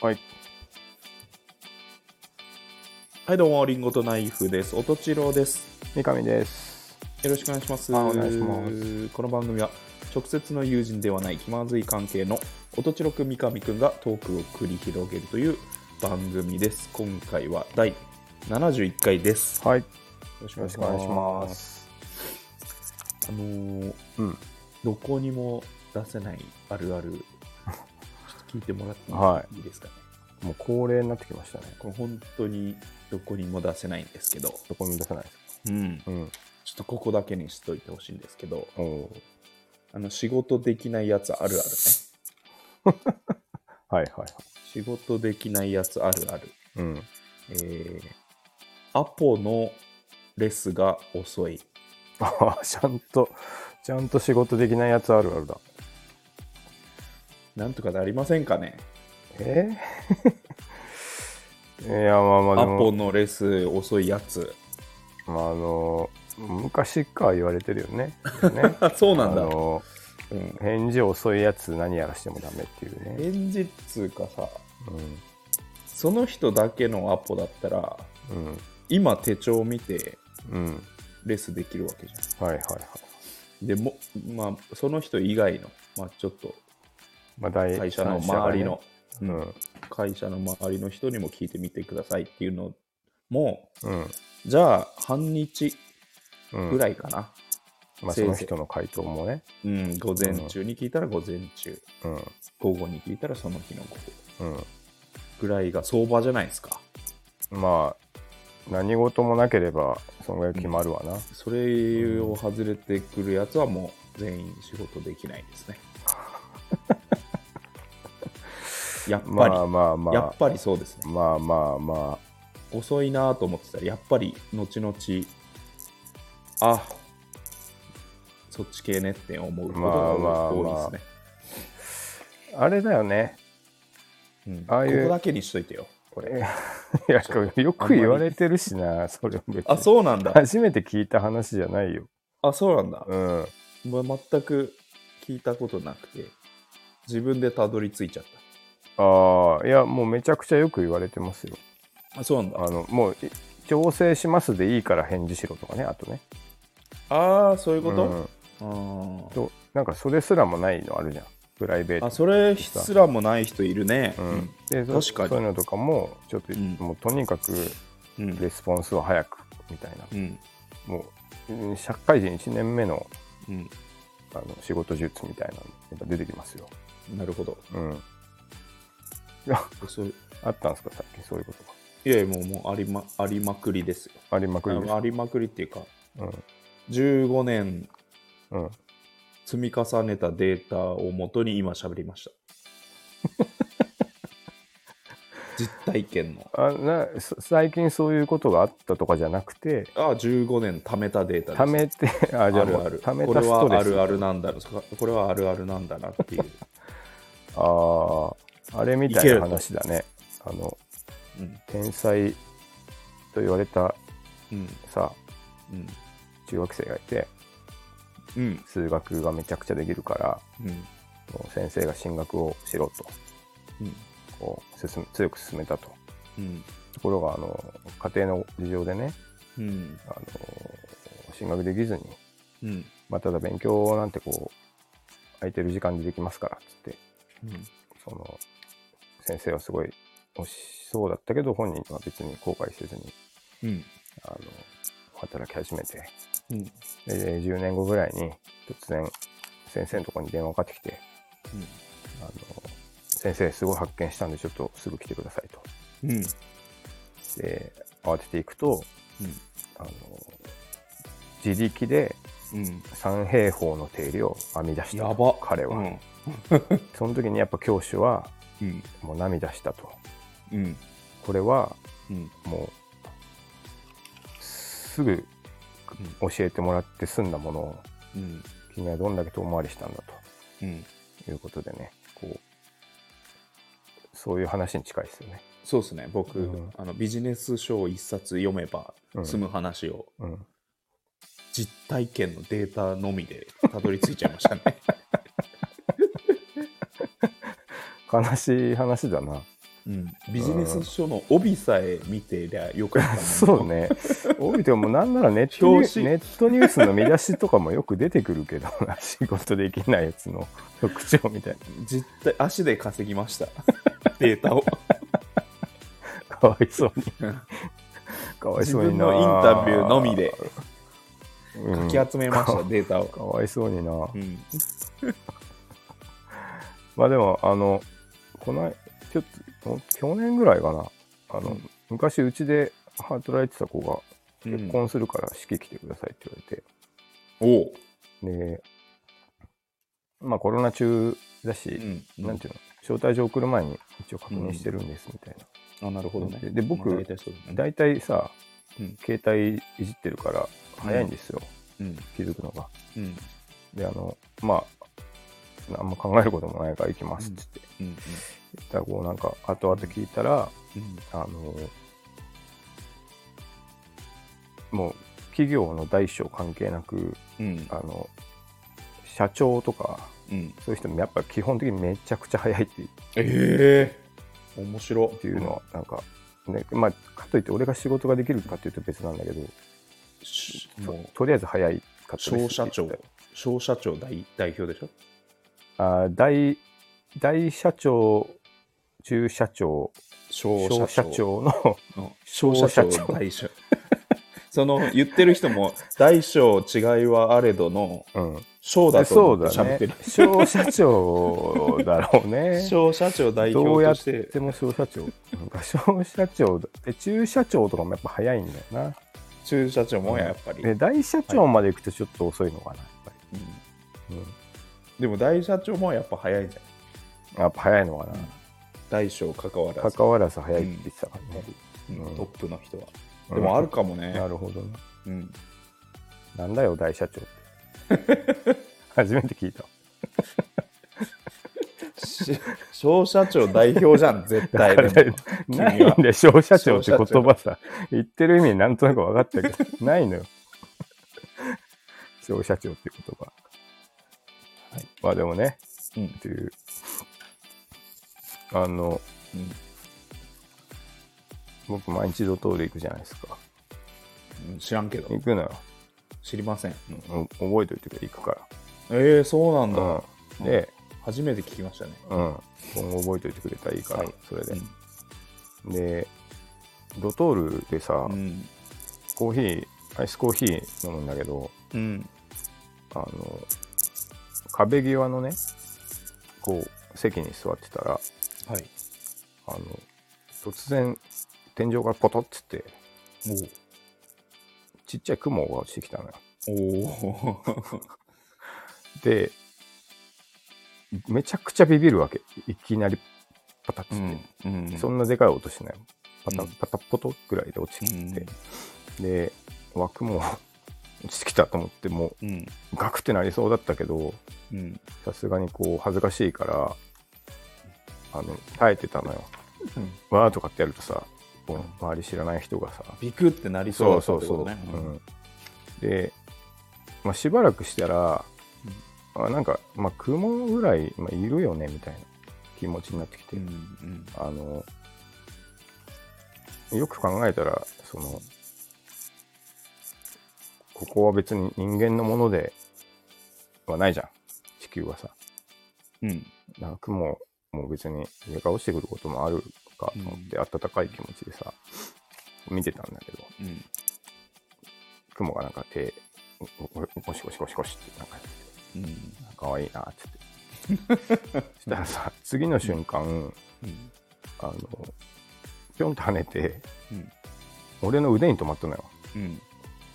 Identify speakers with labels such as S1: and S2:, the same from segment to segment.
S1: はい。
S2: はい、どうも、リンゴとナイフです。おとちろうです。
S1: 三上です。
S2: よろしくお願いします。
S1: あお願いします
S2: この番組は、直接の友人ではない気まずい関係のおとちろくん、三上くんがトークを繰り広げるという番組です。今回は第71回です。よ
S1: はい。よ
S2: ろし
S1: ろしくお願いしま。す。
S2: あのー
S1: うん。
S2: どこにも出せないあるある、ちょっと聞いてもらって
S1: はい
S2: いですかね。
S1: もう恒例になってきましたね。
S2: これ本当にどこにも出せないんですけど、
S1: どこにも出さないです。
S2: うん、
S1: うん。
S2: ちょっとここだけにしといてほしいんですけど、
S1: おお。
S2: あの仕事できないやつあるあるね。
S1: はいはいはい。
S2: 仕事できないやつあるある。
S1: うん。
S2: えー、アポのレスが遅い。
S1: ああ、ちゃんと、ちゃんと仕事できないやつあるあるだ。
S2: なんとかなりませんかね
S1: えー、い や、まあまあ、で
S2: ア
S1: も
S2: ポ、のレス遅いやつ。
S1: まあ、あの、昔から言われてるよね。 ね
S2: あ、そう
S1: あ
S2: なんだ。
S1: の、
S2: うん、
S1: 返事遅いやつ何やらしてもダメっていうね。
S2: 返事っつうかさ、
S1: うん。
S2: その人だけのアポだったら、
S1: うん。
S2: 今手帳見て
S1: うん。
S2: レスできるわけじゃん。
S1: はいはいはい。
S2: でも、まあ、その人以外の、まあ、ちょっと
S1: まあ、第
S2: 会社の
S1: 三者がね
S2: 周りの、
S1: うん。
S2: 会社の周りの人にも聞いてみてくださいっていうのも、
S1: うん。
S2: じゃあ、半日
S1: うん
S2: ぐらいかな。
S1: まあ、
S2: せ
S1: その
S2: いぜい
S1: 人の回答もね。
S2: うん、午前中に聞いたら午前中、
S1: うん。
S2: 午後に聞いたらその日の午後
S1: うん。
S2: ぐらいが相場じゃないですか。
S1: まあ、何事もなければ、そのぐらい決まるわな。
S2: それを外れてくるやつはもう全員仕事できないですね。 やっぱり、
S1: まあまあまあ。
S2: やっぱりそうですね。
S1: まあまあま
S2: 遅いなと思ってたら、やっぱり後々、あそっち系ねって思うことが
S1: まあまあまあ
S2: 多いですね。
S1: あ。あれだよね。
S2: うん
S1: ああいう
S2: ここだけにしといてよ、これ。
S1: え いや、これよく言われてるしな、それ別に
S2: あ、そうなんだ。
S1: 初めて聞いた話じゃないよ。
S2: あ、そうなんだ。
S1: うん。
S2: ま全く聞いたことなくて、自分でたどり着いちゃっ
S1: ああ、いや、もうめちゃくちゃよく言われてますよ。
S2: た。あ、そうなんだ。
S1: あの、もう、い調整しますでいいから返事しろとかね、あとね。
S2: ああ、そういう
S1: う
S2: こ
S1: ん
S2: と、、あー
S1: となんかそれすらもないのあるじゃん。プライベート
S2: あ、それすらもない人いるね。
S1: うん、でそ
S2: 確かに
S1: そういうのとかもちょっと、
S2: うん
S1: もうとにかく
S2: うん。うん
S1: レスポンスを早くみたいな
S2: うん。
S1: もううん社会人1年目の
S2: うん。
S1: あの仕事術みたいなのやっぱ出てきますよ、
S2: なるほど。
S1: うん、
S2: そうい
S1: あったんですか最近そういうこと
S2: やいや、もう、もうありま、ありまくりですよ。
S1: がありまくりです
S2: あありまくりっていうか、
S1: うん
S2: 15年
S1: うん、
S2: 積み重ねたデータをもとに今喋りました。実体験の。
S1: あなそ最近そういうことがあったとかじゃなくて
S2: ああ、15年貯めたデータです
S1: 貯めて あ
S2: あ
S1: じゃあ
S2: る
S1: もう
S2: ある。
S1: 貯め
S2: こ
S1: た
S2: れ
S1: スト
S2: は
S1: レ
S2: あ
S1: ス
S2: るあるなんだろう。これはあるあるなんだなっていう。
S1: あーあれみたいな話だねあの
S2: うん。
S1: 天才と言われた
S2: うん。
S1: さ
S2: うん。
S1: 中学生がいて
S2: うん。
S1: 数学がめちゃくちゃできるから
S2: うん。
S1: もう先生が進学をしろと
S2: うん。
S1: こう進め強く進めたと
S2: うん。
S1: ところがあの家庭の事情でね
S2: うん。
S1: あの進学できずに、
S2: うん。
S1: まあ、ただ勉強なんてこう空いてる時間でできますからっつってその先生はすごい惜しそうだったけど本人は別に後悔せずに
S2: うん。
S1: あの働き始めて
S2: うん。
S1: で10年後ぐらいに突然先生のところに電話がかかってきてあの先生すごい発見したんでちょっとすぐ来てくださいと。
S2: うん。うん。
S1: で慌てていくとあの自力で
S2: うん。
S1: 三平方の定理を編み出した
S2: やば。
S1: 彼は、
S2: うん。
S1: その時にやっぱ教師は
S2: うん。
S1: もう涙したと
S2: うん。
S1: これは
S2: うん。
S1: もうすぐ教えてもらって済んだものを
S2: うん。
S1: 君はどんだけ遠回りしたんだ
S2: うん。
S1: ということでねこうそういう話に近いですよね、
S2: そうですね。僕、
S1: うん
S2: あのビジネス書を一冊読めば
S1: うん
S2: 済む話を
S1: うん、
S2: 実体験のデータのみでたどり着いちゃい ましたね。
S1: 悲しい話だな
S2: うん、ビジネス書の帯さえ見てりゃよかったの に
S1: そうね。帯とかもなんならネットニュ
S2: 表
S1: ー
S2: 紙
S1: ネットニュースの見出しとかもよく出てくるけどな、仕事できないやつの 特徴みたい
S2: 実態足で稼ぎました データを
S1: な。かわいそう に。かわい
S2: 自
S1: そうに
S2: 分
S1: な。
S2: のインタビューのみで
S1: うん、
S2: かき集めました、データを、
S1: かわいそうにな。
S2: うん、
S1: まあでも、あの、この、ちょっと、去年ぐらいかな。あの、
S2: うん
S1: 昔うちで働いてた子が、
S2: うん
S1: 結婚するから式来てくださいって言われて、
S2: おう、
S1: で、まあコロナ中だし、
S2: うん
S1: なんていうの招待状送る前に一応確認してるんですみたいな、
S2: あなるほどね
S1: でで僕
S2: まあ大体そうだね
S1: 大体さ、
S2: うん
S1: 携帯いじってるから早いんですよ、
S2: うん
S1: 気づくのが
S2: うん
S1: であのまああんま考えることもないから行きますっつって、
S2: うん
S1: 言ったらこうなんか後々聞いたら、
S2: うん
S1: あのもう企業の大小関係なく
S2: うん
S1: あの社長とか
S2: うん
S1: そういう人もやっぱ基本的にめちゃくちゃ早いっていう
S2: ええ面白
S1: っていうのはなんか、ねまあ、かといって俺が仕事ができるかっていうと別なんだけど
S2: しもう
S1: とりあえず早いかった
S2: 小社
S1: っ
S2: 長
S1: て
S2: 小社長代代表でしょ
S1: あー大大社長中社長
S2: 小
S1: 小社長の
S2: うん
S1: 小
S2: 小
S1: 社
S2: 社
S1: 長
S2: 長大小その言ってる人 も大小違いはあれどの
S1: うん
S2: 小だと
S1: そ
S2: 思
S1: う
S2: って
S1: だ
S2: 喋って
S1: ね
S2: る、
S1: 小社長だろうね
S2: 小社長代
S1: どうや
S2: 表と
S1: っ
S2: してて
S1: も小社長なんか小社長だで中社長とかもやっぱ早いんだよな
S2: 中社長もやっぱり、
S1: で大社長まで行くとちょっと遅いのかなやっぱ
S2: うん
S1: り、うん、
S2: でも大社長もやっぱ早いじゃん
S1: やっぱ早いのかな、
S2: 大小関わらず、
S1: 関わらず早いって言ってたからね、
S2: うん
S1: うん
S2: トップの人は、
S1: うん
S2: でもあるかもね
S1: な、るほどね
S2: うん、
S1: なんだよ大社長って 初めて聞いた
S2: し小社長代表じゃん絶
S1: だ
S2: 対
S1: から
S2: でも君
S1: な
S2: はい
S1: んで小社長って言
S2: 小社長
S1: 葉さ言ってる意味なんとなく分かったけど ないのよ小社長って言葉、
S2: はい
S1: まあでもね
S2: うん
S1: っていうあの
S2: うん
S1: 僕毎日ドトール行くじゃないですか
S2: うん知らんけど
S1: 行くのよ
S2: 知りません、うん
S1: うん覚えといてくれ行くか
S2: えー、そうなんだ、
S1: ら、うん、で、
S2: 初めて聞きましたね
S1: うん、今後覚えといてくれたらいいから、
S2: はい
S1: それで、でドトールでさ、
S2: うん
S1: コーヒーアイスコーヒー飲むんだけど
S2: うん
S1: あの壁際のねこう席に座ってたら
S2: はい
S1: あの突然天井からポトッつってちっちゃい雲が落ちてきたのよ
S2: おおー
S1: でめちゃくちゃビビるわけいきなりパタッつって、
S2: うん
S1: そんなでかい音しないパタ
S2: うん
S1: パタポトぐらいで落ちてきて、
S2: う
S1: でうわ雲 落ちてきたと思っても
S2: んうん
S1: うガクってなりそうだったけど
S2: うん
S1: さすがにこう恥ずかしいからあの耐えてたのよわーとかってやるとさこの周り知らない人がさ
S2: ビクってなりそうだ
S1: そう
S2: った
S1: そ
S2: っ
S1: う
S2: て
S1: そ
S2: こと
S1: う、
S2: ね
S1: うん、で、まあ、しばらくしたら、あなんか、まあ、雲ぐらい、まあ、いるよねみたいな気持ちになってきて、
S2: うんうん
S1: あのよく考えたらそのここは別に人間のものではないじゃん地球はさ
S2: うん
S1: なんか雲も別に上から落ちてくることもあるかと思って、温かい気持ちでさ見てたんだけど
S2: うん
S1: 雲がなんか手ゴゴシゴシゴシゴシってなんか
S2: うん
S1: かわいいなっつってそしたらさ次の瞬間、
S2: うん
S1: あのぴょんと跳ねて
S2: うん
S1: 俺の腕に止まったのよ
S2: うん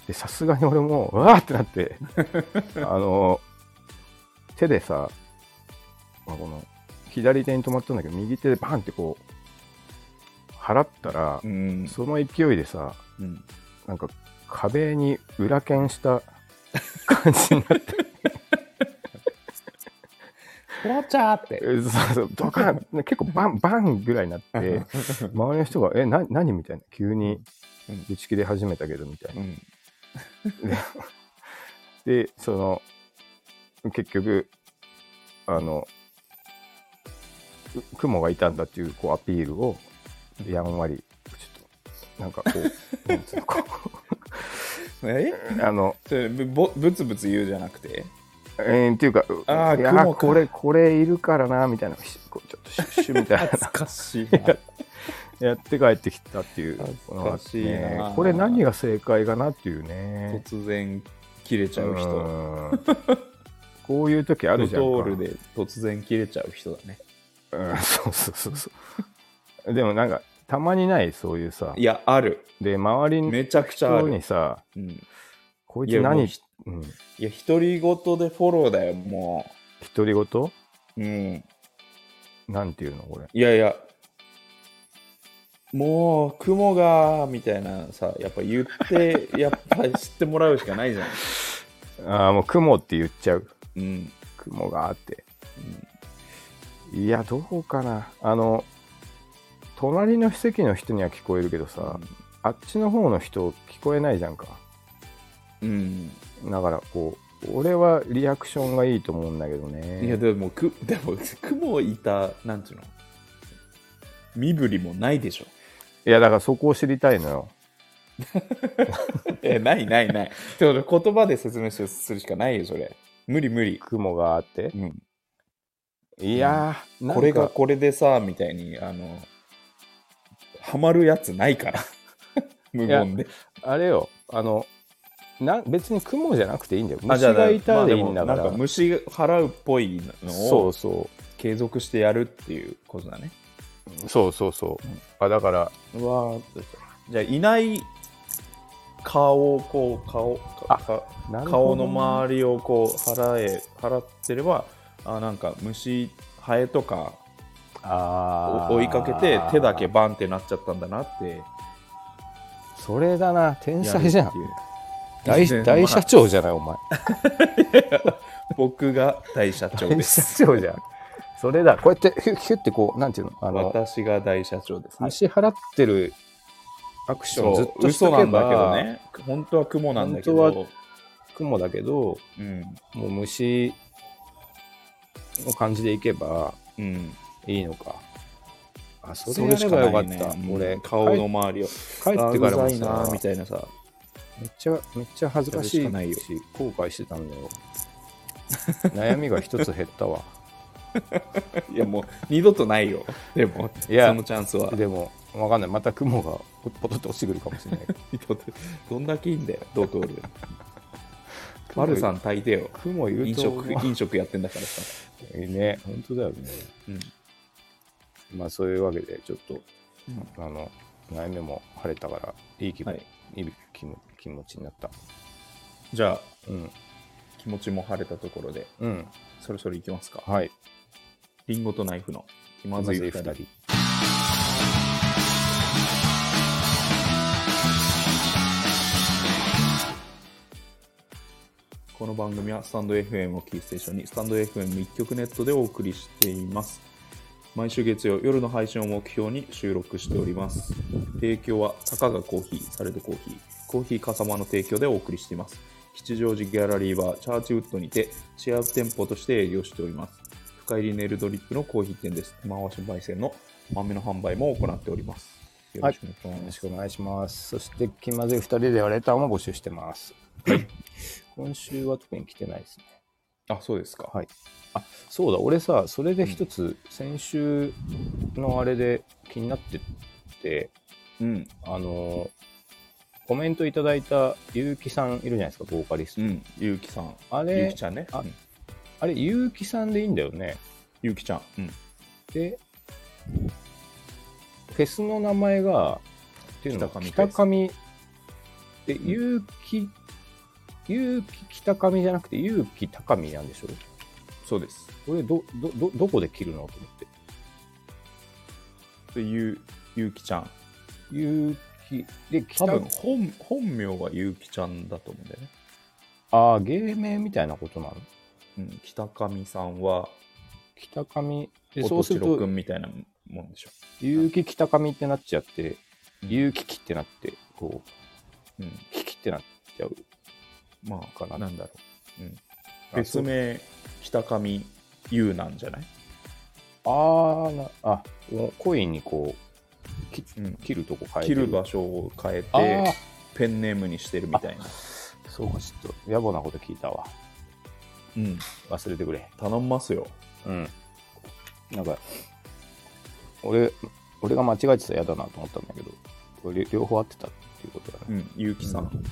S1: でさすがに俺もうわーってなって あの手でさ、まあこの左手に止まったんだけど右手でバンってこう払ったら、
S2: うん
S1: その勢いでさ
S2: うん
S1: なんか壁に裏剣した 感じになって
S2: フラチャーって
S1: そうそうドカン結構バンバンぐらいになって周 りの人が「えな何?」みたいな急に
S2: うん
S1: 打ち切れ始めたけどみたいな
S2: う。ん
S1: でその結局あの雲がいたんだっていうこうアピールをやんわりちょっとなんかこ うなんつうのこ
S2: え
S1: うあの、
S2: それぶぼぶつぶつ言うじゃなくて
S1: えー、っていうか
S2: あー
S1: いや
S2: 雲か
S1: これこれいるからなみたいなしこうちょっとシュッシュみ たいな
S2: 恥ずかしいな
S1: やって帰ってきたっていうの
S2: 恥ず
S1: があ
S2: か
S1: っ
S2: しいな
S1: てこれ何が正解かなっていうね
S2: 突然切れちゃう人
S1: うんこういう時ある
S2: ド
S1: じゃんか
S2: トールで突然切れちゃう人だね
S1: うん そうそうそうそうでもなんかたまにないそういうさ
S2: いやある
S1: で周りの
S2: めちゃくちゃあ
S1: 人
S2: る
S1: にさ
S2: うん
S1: こい
S2: い
S1: つ
S2: やもう
S1: 何
S2: ひ
S1: うん
S2: いや独り言でフォローだよも
S1: 独り言
S2: ううん
S1: なんていうのこれ
S2: いやいやもう雲がみたいなさやっぱ言 ってやっぱ知ってもらうしかないじゃん
S1: ああもう雲って言っちゃう
S2: うん
S1: 雲があっていやどうかなあの隣の席の人には聞こえるけどさ、あっちの方の人聞こえないじゃんか
S2: うん、
S1: だからこう俺はリアクションがいいと思うんだけどね
S2: いやでもくでも雲いたなんていうの身振りもないでしょ
S1: いやだからそこを知りたいのよ
S2: えないないないってことで言葉で説明するしかないよそれ無理無理、
S1: 雲があって
S2: うん、
S1: いやー、なんか
S2: これがこれでさみたいにあのハマるやつないから 無言で
S1: あれよあのな別に雲じゃなくていいんだよ
S2: あ
S1: 虫
S2: じゃあ
S1: がいたでいい
S2: ま
S1: んだ
S2: あも
S1: か
S2: な
S1: ら、
S2: んか虫が払うっぽいの
S1: そ
S2: を
S1: うそ
S2: 継続してやるっていうことだね
S1: うそうそうそう、あだから
S2: うわじゃあいない顔をこう顔
S1: あ
S2: か
S1: なるほどね
S2: 顔の周りをこう払え払ってればあなんか虫ハエとか
S1: あー
S2: お追いかけて手だけバンってなっちゃったんだなって
S1: それだな天
S2: やる
S1: 才じゃ
S2: ってい
S1: ん
S2: う
S1: 大
S2: 全然
S1: 大社長じゃないお前
S2: 僕が大社長で
S1: 大
S2: す
S1: 社長じゃんそれだこうやってヒュッヒュッてこうなんていうのあの
S2: 私が 大社長です、
S1: 虫払ってるアクション
S2: そ
S1: を
S2: う
S1: ずっとしと
S2: 嘘な
S1: け
S2: んだけど
S1: ば
S2: ね本当は雲なんだけど
S1: 本当雲だけど
S2: うん
S1: もう虫の感じでいけば
S2: うん
S1: いいのかあそ
S2: そ
S1: れ
S2: れ
S1: や
S2: し
S1: れ
S2: か
S1: ば
S2: な
S1: よか
S2: い
S1: っ
S2: ね
S1: た、
S2: うん
S1: 俺
S2: 顔の周りを
S1: 帰帰ってから
S2: あ
S1: も
S2: うざいな
S1: さ
S2: みたいなさ
S1: めっちゃめっちゃ恥ずかしい
S2: やるしかないよ
S1: し後悔してたんだよ 悩みが一つ減ったわ
S2: いやもう二度とないよでも
S1: いや
S2: そのチャンスは
S1: でもわかんないまた雲がポトッと落ちてくるかもし れない
S2: どんだけいいんだよドトール丸さん炊いてよ
S1: 雲言う
S2: 飲
S1: と
S2: 食飲食やってんだからさ、
S1: ね本当だよね
S2: うん、
S1: まあそういうわけでちょっと、あの悩みも晴れたからいい気分、
S2: はい
S1: い、い気分気持ちになった
S2: じゃあ
S1: うん
S2: 気持ちも晴れたところで
S1: うん
S2: そろそろ行きますか
S1: はい
S2: リンゴとナイフの気ま
S1: ま
S2: ず
S1: ず
S2: い
S1: い
S2: 二
S1: 2
S2: 人
S1: 人
S2: この番組はスタンド FM をキーステーションにスタンド FM 一曲ネットでお送りしています毎週月曜夜の配信を目標に収録しております提供はたかがコーヒーサレドコーヒーコーヒーかさまの提供でお送りしています吉祥寺ギャラリーはチャーチウッドにてシェア店舗として営業しております深入りネイルドリップのコーヒー店です回し焙煎の豆の販売も行っておりますよろしくお願い
S1: よろ
S2: しま
S1: し、
S2: す
S1: くお願いします。そして、気まずい2人ではレターも募集してます。今週は特に来てないですね。
S2: あそうですか
S1: はい。あ、そうだ、俺さ、それで一つ、先週のあれで気になってて、
S2: うん
S1: あのーコメントいただいた結城さんいるじゃないですか、ボーカリス
S2: う
S1: ト。
S2: んゆうきさん
S1: あ
S2: ゆう
S1: れ
S2: き、ちゃんね
S1: あ
S2: うん
S1: あれ、結城さんでいいんだよね。
S2: ゆうきちゃんうん
S1: で、フェスの名前が、っていうの
S2: 北上フェス
S1: 北上で、勇気、勇気北上じゃなくて勇気高見なんでしょ
S2: そうです。
S1: これど、ど、ど、どこで切るのと思って。
S2: で、ゆう、ゆうきちゃん。
S1: 勇気、で、北
S2: 多分本、本名はゆうきちゃんだと思うんだよね。
S1: ああ、芸名みたいなことなの
S2: うん、北上さんは、
S1: 北上、でそ
S2: お
S1: う
S2: と
S1: す
S2: ち
S1: る
S2: ろく
S1: と、
S2: んみたいなもんでしょ。
S1: 勇気北上ってなっちゃって、
S2: うん
S1: 勇気木ってなって、こう、
S2: うん、
S1: 引きってなっちゃう。
S2: まあ、
S1: かな
S2: なんだろう。うん。
S1: あ
S2: 別名、北上ゆうなんじゃない
S1: ああ、なあ、もうコインにこう、き
S2: うん
S1: 切るとこ変えて
S2: 切る場
S1: 所
S2: 所を変え
S1: あ
S2: てペンネームにしてるみたいな、
S1: あ、そうか、ちょっと野暮なこと聞いたわ。
S2: うん、
S1: 忘れてくれ。
S2: 頼んますよ
S1: うん。なんか、俺、俺が間違えてたら嫌だなと思ったんだけど、これ両方合ってたっていうことだ
S2: う
S1: ね。
S2: ん、結城さん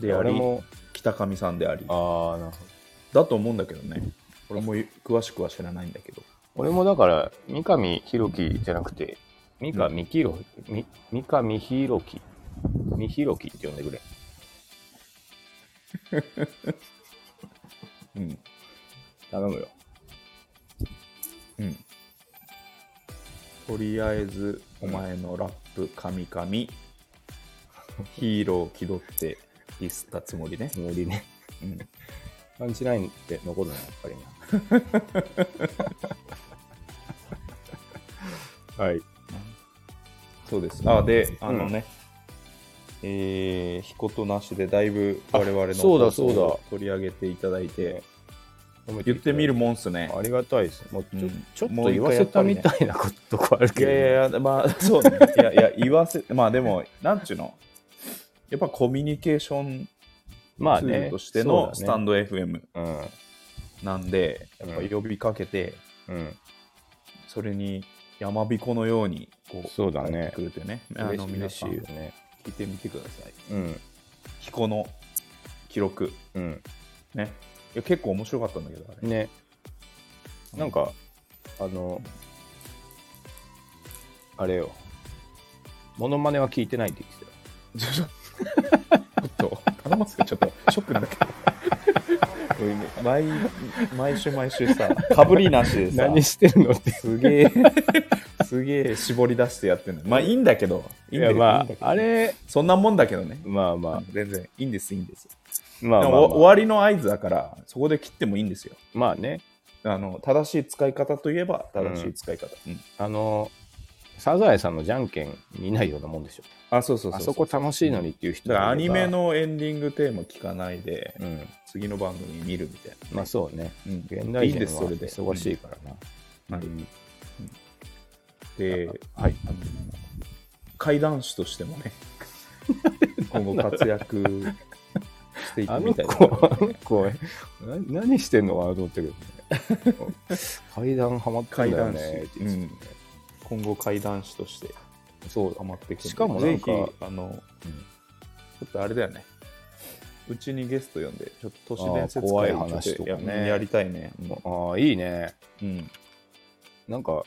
S2: で
S1: で、
S2: あ
S1: 俺
S2: り、
S1: も、
S2: 北上さんであり
S1: ああ、なるほど。
S2: だと思うんだけどね俺も詳しくは知らないんだけど
S1: 俺もだから、三上弘樹じゃなくて、三上弘樹、み三上弘樹、三弘樹って呼んでくれ。
S2: うん
S1: 頼むよ。
S2: うんとりあえずお前のラップ「カミカミ」ヒーローを気取ってディスったつもりね、
S1: 森ね。
S2: うん、
S1: パンチラインって残るのやっぱり な。はい。
S2: そうですあであのね、えー、ひことなしでだいぶ我々の
S1: あそうだそうだ
S2: 放送を取り上げていただいて言
S1: 言
S2: ってみるもんっすね
S1: ありがたいです。もうちょ,、
S2: うん
S1: ちょっ
S2: も
S1: と
S2: う一回
S1: 言わせたみたいなこと,、こある
S2: い
S1: けど、
S2: やいやいや、まあ、 そうね。いやいや、言わせ、 まあでも、なんちゅうの、やっぱコミュニケーション
S1: まあ
S2: ツー
S1: ね
S2: ル、として
S1: そうだ
S2: の
S1: ね
S2: スタンド FM なんで、
S1: うん
S2: やっぱ呼びかけて、
S1: うん、うん、
S2: それに山彦のように、こう、
S1: そうだね
S2: 入ってくるというね、あの、皆
S1: 嬉し
S2: さん、
S1: いよ
S2: 聞
S1: ね。
S2: いてみてください。
S1: うん、
S2: 彦の記録、
S1: うん、
S2: ね。いや、結構面白かったんだけど、あれ。
S1: ね、なんか、あの、あれよ、モノマネは聞いてないって言ってたよ。
S2: ちょっと、頼ますか、ちょっと、ショックなんだけど。 毎毎週毎週さ、かぶりなしでさ、
S1: 何してるのって。
S2: すげ え、すげえ絞り出してやってんの。まあいいんだけど、
S1: い
S2: いいんだ
S1: や、
S2: けど、いい
S1: ま
S2: んだけ
S1: あ、
S2: ど
S1: あれ、
S2: そんなもんだけどね。
S1: まあまあ、
S2: 全然いいんです、いいんです。
S1: まあ
S2: で
S1: まあ、
S2: も
S1: まあ、
S2: お終わりの合図だから、そこで切ってもいいんですよ。
S1: まあね、
S2: あの正しい使い方といえば正しい使い方。うん
S1: あの、サザエさんのじゃんけん見ないようなもんでしょ。
S2: あ、そうそうそう
S1: あそこ楽しいのにっていう人
S2: だからアニメ
S1: の
S2: のエンディングテーマ聞かないで、
S1: うん、
S2: 次の番組見るみたい
S1: まあそうね。
S2: な。うん
S1: 現代
S2: いい
S1: 人
S2: んです、そ
S1: は
S2: れで。
S1: 忙しいからな。
S2: うん。はいで、
S1: はい。
S2: あの怪談師としても ね今後活躍してい
S1: あ
S2: く
S1: の
S2: みたいな、
S1: 子、あの子、な何してんのかなと思ったけどね。階段ハマったんだよねって言ってたね
S2: 今後怪談師として
S1: そうだ
S2: ハマっていくんで
S1: しかもなんか
S2: ぜひあの、
S1: うん
S2: ちょっとあれだよねうちにゲスト呼んでちょっと都市伝
S1: あー
S2: 説
S1: 怖い
S2: 会を
S1: 話とかね
S2: ちょっややりたいね、うん
S1: ああ、いいね。
S2: うん
S1: なんか、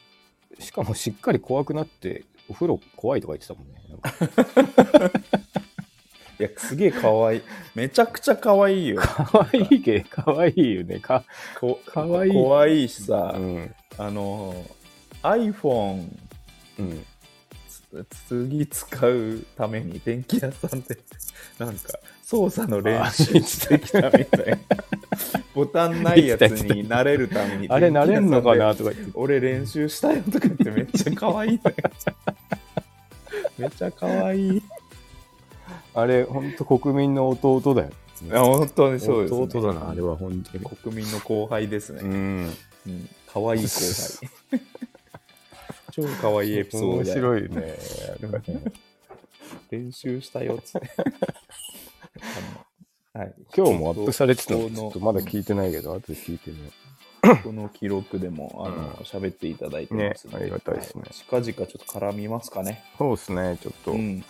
S1: しかもしっかり怖くなって、お風呂怖いとか言ってたもんね。なんか
S2: いやすげえかわいい めちゃくちゃかわい いよ
S1: 可愛いけど、可愛いよね。か、
S2: こ
S1: かわいい
S2: 怖いしさ、
S1: うん。
S2: あの iPhone
S1: うん。
S2: つ次使うために電気屋さんでなんか操作の練習してきたみたいなボタンないやつに慣れるため に
S1: あれ、慣れんのかな
S2: 電気屋さ
S1: とか
S2: んで
S1: 言って。
S2: 俺練習したよとか言ってめっちゃ可愛いねめっちゃ可愛い
S1: あれ、ほんと国民の弟だよ。
S2: あ本当にそうです、ね、
S1: 弟だな、あれは本当に。
S2: 国民の後輩です
S1: う
S2: ね、
S1: ん。
S2: うん、可愛い後 輩超可愛いエピソード
S1: 面
S2: だよ
S1: 白いね。
S2: 練習したよっ つってあのはい
S1: 今日もアップされてたの、
S2: 人
S1: ち
S2: の
S1: ょっとまだ聞いてないけど、後で聞いてみよ
S2: この記録でも、あ
S1: うん
S2: の、喋っていただいてますの
S1: ねありがたいですね
S2: は近々ちょっと絡みますかね。
S1: う。そうですね、ちょっと。
S2: う
S1: うん。
S2: ん。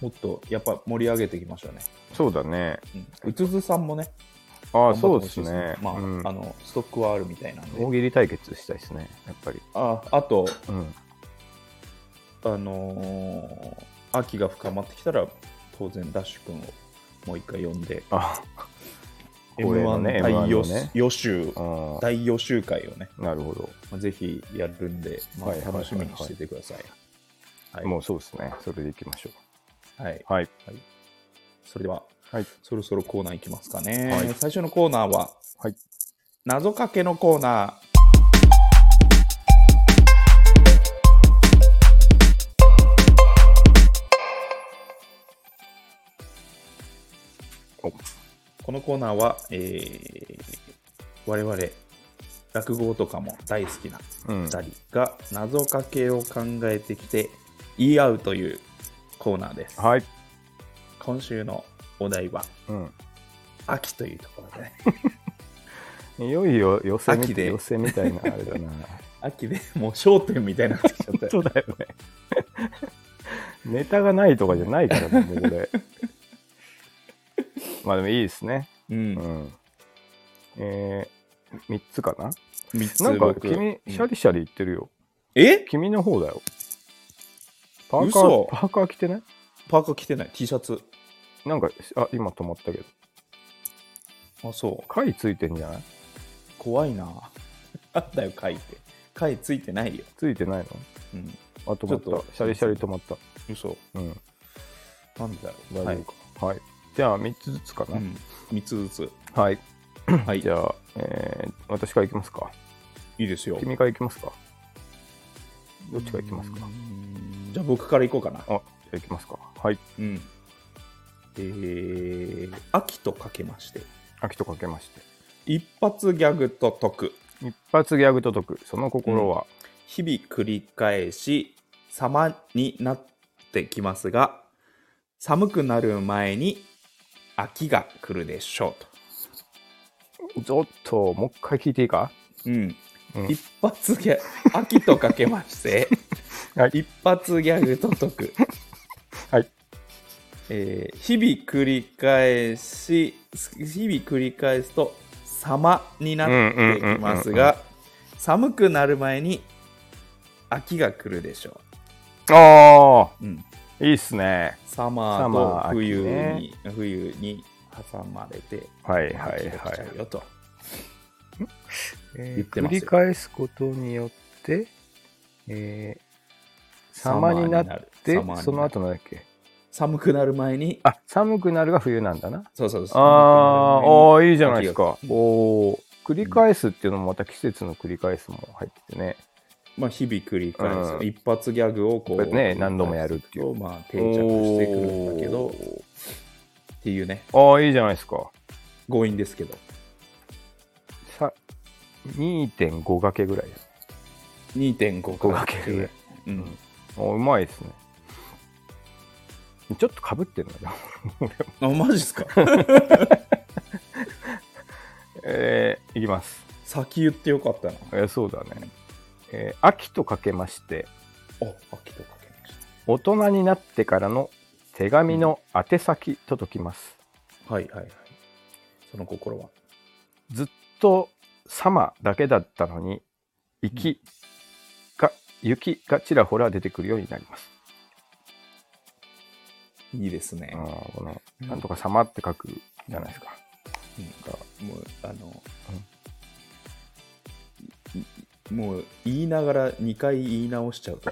S2: もっと、やっぱ盛り上げていきましょうね。
S1: そうだね。
S2: うん。うつづさんもね。
S1: ああ、
S2: 頑張
S1: そう
S2: ってほ
S1: で
S2: し
S1: す
S2: い
S1: ね。
S2: まあ、
S1: うん
S2: あの、ストックはあるみたいなん
S1: 大
S2: で。
S1: 喜利対決したいですね、やっぱり。
S2: あ、あと、
S1: うん。
S2: あのー秋が深まってきたら、当然、ダッシュ君をもう一回呼んで、
S1: あ恒例
S2: M1
S1: のね
S2: 大予
S1: M1 のね
S2: 予習、
S1: あ
S2: 大予習会をね、
S1: あ、なるほど。
S2: まあぜひやるんで、まあ
S1: はいはいはいはい
S2: 楽しみにしててください。はい
S1: もうそうですね。それでいきましょ
S2: はい。
S1: う。はい。
S2: それでは、
S1: はい
S2: そろそろコーナーいきますかね、
S1: はい
S2: 最初のコーナーは、
S1: はい
S2: 謎かけのコーナ
S1: お
S2: ーこのコーナーは、えー我々落語とかも大好きな
S1: うん。
S2: 2人が謎かけを考えてきて言い合うというコーナーです。
S1: はい。
S2: 今週のお題は
S1: うん。
S2: 秋というところで、ね、
S1: い よいよ寄せ
S2: 秋
S1: み
S2: で
S1: 寄せみたいなあれだな。
S2: 秋でもう焦点みたいになってきちゃった
S1: そうだよね。 ネタがないとかじゃないからね、もうこれ。まあでもいいですね。
S2: う、
S1: うんん。えー、3つかな
S2: 3つ
S1: なんか
S2: 僕
S1: 君、
S2: うん
S1: シャリシャリ言ってるよ。
S2: え
S1: 君の方だよ。パーカー
S2: 嘘、
S1: パーカー着てない
S2: パーカー着てない T シャツ
S1: なんか、あ、今止まったけど。
S2: あそう
S1: 貝ついてんじゃない
S2: 怖いな あったよ貝って貝ついてないよ、
S1: ついてない
S2: うん、
S1: のあ、止まっ
S2: ちょったと。
S1: シャリシャリ止まった。
S2: 嘘
S1: うん。
S2: なんでだろう
S1: 大丈夫か。はい。じゃあ、3つずつか
S2: は、
S1: ない
S2: う。ん、3つず つ
S1: はい。
S2: はい
S1: じゃあ、えー、私からいきますか。
S2: いいですよ
S1: 君からいきますか。どっちからいきますか。
S2: うんじゃあ僕からいこうかな
S1: あ、じゃあいきますか。はい。
S2: うんえー、秋とかけまして
S1: 秋とかけまして。
S2: 一発ギャグと解く
S1: 一発ギャグと解く。その心は、
S2: 日々繰り返し様になってきますが寒くなる前に秋が来るでしょう
S1: ちょっと、もう一回聞いていいか
S2: と、うん
S1: うん
S2: 一発ギャ秋とかけまして、
S1: はい
S2: 一発ギャグと解く、
S1: はい
S2: えー日々繰り返し日々繰り返すと様になってきますが寒くなる前に秋が来るでしょ
S1: あ
S2: う、うん
S1: あ、いいっすね。
S2: サマ
S1: サマ
S2: ー
S1: ー
S2: と冬に、
S1: 秋
S2: 冬に挟まれて、
S1: はいは
S2: 秋
S1: い
S2: が
S1: は
S2: 来ちゃ
S1: い。
S2: うよと。
S1: えー
S2: 言って
S1: 繰
S2: ますよ
S1: り返すことによって、えー、様になって
S2: サマーになる
S1: その後なんだっけ
S2: 寒くなる前に、
S1: あ寒くなるが冬なんだな
S2: そうそうそう。
S1: あー
S2: 寒
S1: あーいいじゃないですか
S2: 秋が来る
S1: おお繰り返すっていうのもまた季節の繰り返すも入っててね
S2: まあ、日々繰り返す、
S1: うん
S2: 一発ギャグを
S1: こ
S2: こう
S1: れね何度もやるっていう
S2: まあ定着してくるんだけど
S1: お
S2: っていうね
S1: ああいいじゃないですか
S2: 強引ですけど
S1: さ2.5掛けぐらいです
S2: 2.5
S1: 5
S2: か
S1: 掛けぐらい
S2: うん、
S1: おうまいですねちょっとかぶってるな
S2: あマジっすか
S1: えー、いきます
S2: 先言ってよかったな
S1: えーそうだね、えー秋とかけまして
S2: あ秋とかけまし
S1: 大人になってからの手紙の宛先と解きます。
S2: たはいはいはいその心は
S1: ずっと様だけだったのに、雪が、雪がちらほら出てくるようになります。
S2: いいですね
S1: あ、ーこの、なんとか様って書くじゃないですか。
S2: もうあの、いいもう言いながら2回言い直しちゃ うと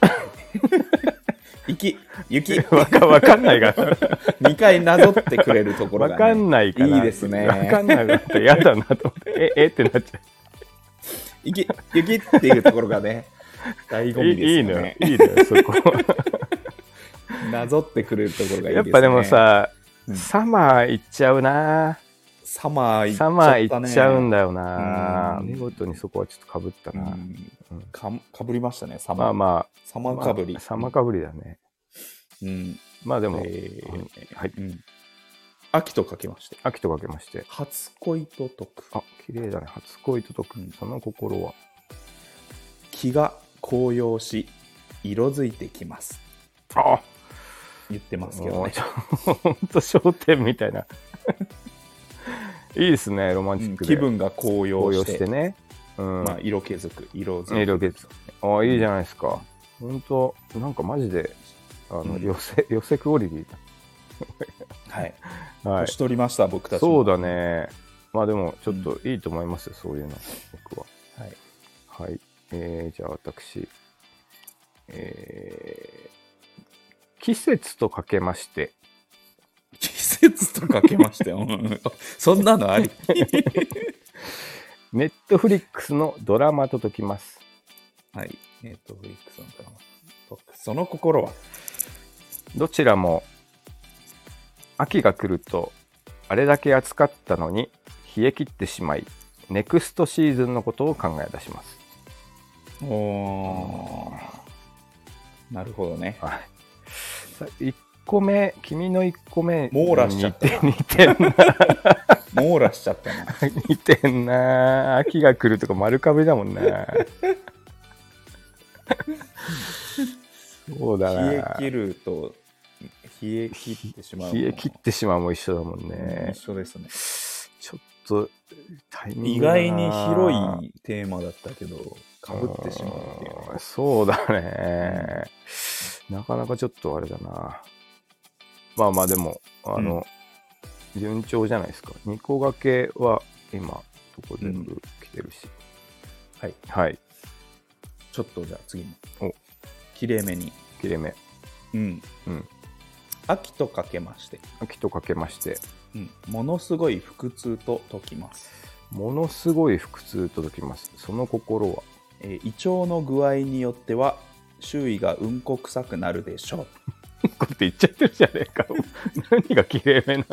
S2: 雪雪
S1: わかわかんないから、
S2: 2回なぞってくれるところ
S1: わ
S2: が、ね、
S1: かんないから。
S2: いいですね
S1: わかんないって嫌だなと思って、え、えってなっちゃ
S2: 雪雪っていうところがね醍醐
S1: う。い
S2: 味
S1: いい
S2: で
S1: い
S2: す
S1: の
S2: よ
S1: よ
S2: ね。
S1: いいのよ、そ こ。
S2: なぞってくれるところがいいですね
S1: やっぱでもさ
S2: う、ん
S1: サマー行っちゃうな
S2: サマー行っちゃ
S1: サ
S2: ったね
S1: マー行っちゃうんだよな、
S2: うん
S1: 見事にそこはちょっとかぶった
S2: う
S1: な、
S2: ん
S1: うん
S2: かかぶりましたねサマー、
S1: まあま
S2: サ
S1: あ
S2: マーかぶり、
S1: まあサマーかぶりだね
S2: うん
S1: まあでも、
S2: えー
S1: うんはい
S2: うん秋とかけまして
S1: 秋とかけまして
S2: 初恋と解く
S1: あ綺麗だね初恋と解く、
S2: うん
S1: その心は
S2: 気が紅葉し色づいてきます
S1: あ
S2: 言ってますけど
S1: もう
S2: ね
S1: ちょ ほんと焦点みたいないいですねロマンチ
S2: う
S1: ッ
S2: ん
S1: クで、
S2: 気分が紅葉
S1: 高
S2: し
S1: 揚
S2: て
S1: してねうん、
S2: まあ、色気づく色づく
S1: 色気ですあいいじゃないですか本当なんかマジであの、
S2: うん
S1: 寄せ 寄せクオリティ
S2: はい、
S1: だはい
S2: 年取りました僕たちも
S1: そうだね。まあでも、ちょっといいと思いますよ、そういうの、僕は。
S2: はい
S1: はい。えー、じゃあ私、えー、季節とかけまして、
S2: 季節とかけましたよ。うん そんなのあり。
S1: ネットフリックスのドラマと解きます。
S2: はい。ネットフリックスのドラマ。その心は
S1: どちらも、秋が来ると、あれだけ暑かったのに、冷え切ってしまい、ネクストシーズンのことを考え出します。
S2: おーなるほどね。
S1: はい。さ1個目、君の1個目、
S2: 網羅しちゃった
S1: 似てんな、
S2: 網羅しちゃったな。
S1: 似てんな。秋が来るとか丸かぶりだも んな。そうだな。
S2: 冷え切ると、冷え切ってしまう。
S1: 冷え切ってしまうも一緒だもんね
S2: 一。緒ですね。
S1: ちょっとタイミン
S2: 意
S1: グだな
S2: 外に広いテーマだったけど、かぶってしまうっていうね。
S1: んそうだね、なかなかちょっとあれだなまあまあでもあの、順調じゃないですか2個掛けは今どこ全部来てるし、
S2: はい。
S1: はい
S2: ちょっとじゃあ次に
S1: お。
S2: きれいめに。
S1: 切れ目
S2: うん。
S1: うん
S2: 秋とかけまして、
S1: 秋とかけまして
S2: うん、ものすごい腹痛と解きます。
S1: ものすごい腹痛と解きますその心は
S2: えー胃腸の具合によっては周囲がうんこ臭くなるでしょう
S1: こって言っちゃってるじゃねえか何が切れ目な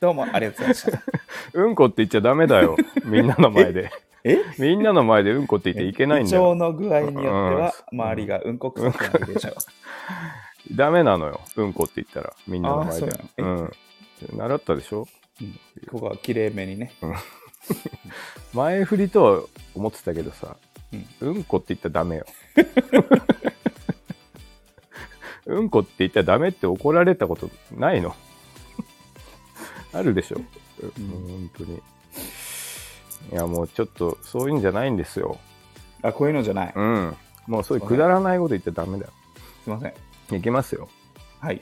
S2: どうもありがとうござい ました
S1: のうんこって言っちゃダメだ よみんなの前で
S2: え
S1: みんなの前でうんこって言っていけないんだよ
S2: 胃腸の具合によっては
S1: うん
S2: 周りがうんこ臭くなるでしょう、
S1: ダメなのよ、うんこって言ったら、みんなの前
S2: あー
S1: で
S2: そう。
S1: う
S2: なの
S1: ん、習ったでしょ
S2: ここはきれいめにね
S1: 前振りとは思ってたけどさ、
S2: うん
S1: うんこって言ったらダメよ。うんこって言ったらダメって怒られたことないのあるでしょ、うん、本当に。いや、もうちょっとそういうんじゃないんですよ。
S2: あこういうのじゃない、
S1: うん。もうそういうくだらないこと言ったらダメだよ。
S2: すいません
S1: いきますよ。
S2: はい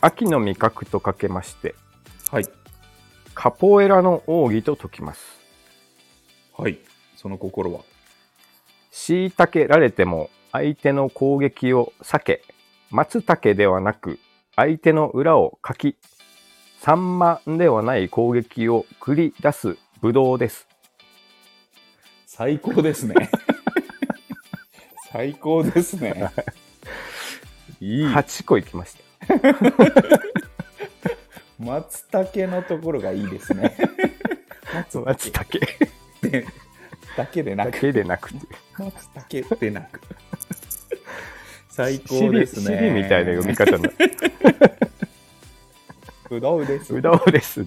S1: 秋の味覚とかけまして、
S2: はい
S1: カポエラの奥義と解きます。
S2: はいその心は
S1: 虐けられても相手の攻撃を避け松茸ではなく相手の裏をかき三万ではない攻撃を繰り出すブドウです
S2: 最高です ね最高ですねいい
S1: 8個いきました
S2: 松茸のところがいいです ね松茸
S1: 松茸
S2: でだけでな
S1: だ
S2: く
S1: けでなくて
S2: 松茸でなく。最
S1: シ
S2: 高
S1: リ
S2: です
S1: シ
S2: ね。
S1: リみたいな読み。方の
S2: ぶどうです。
S1: ブドウです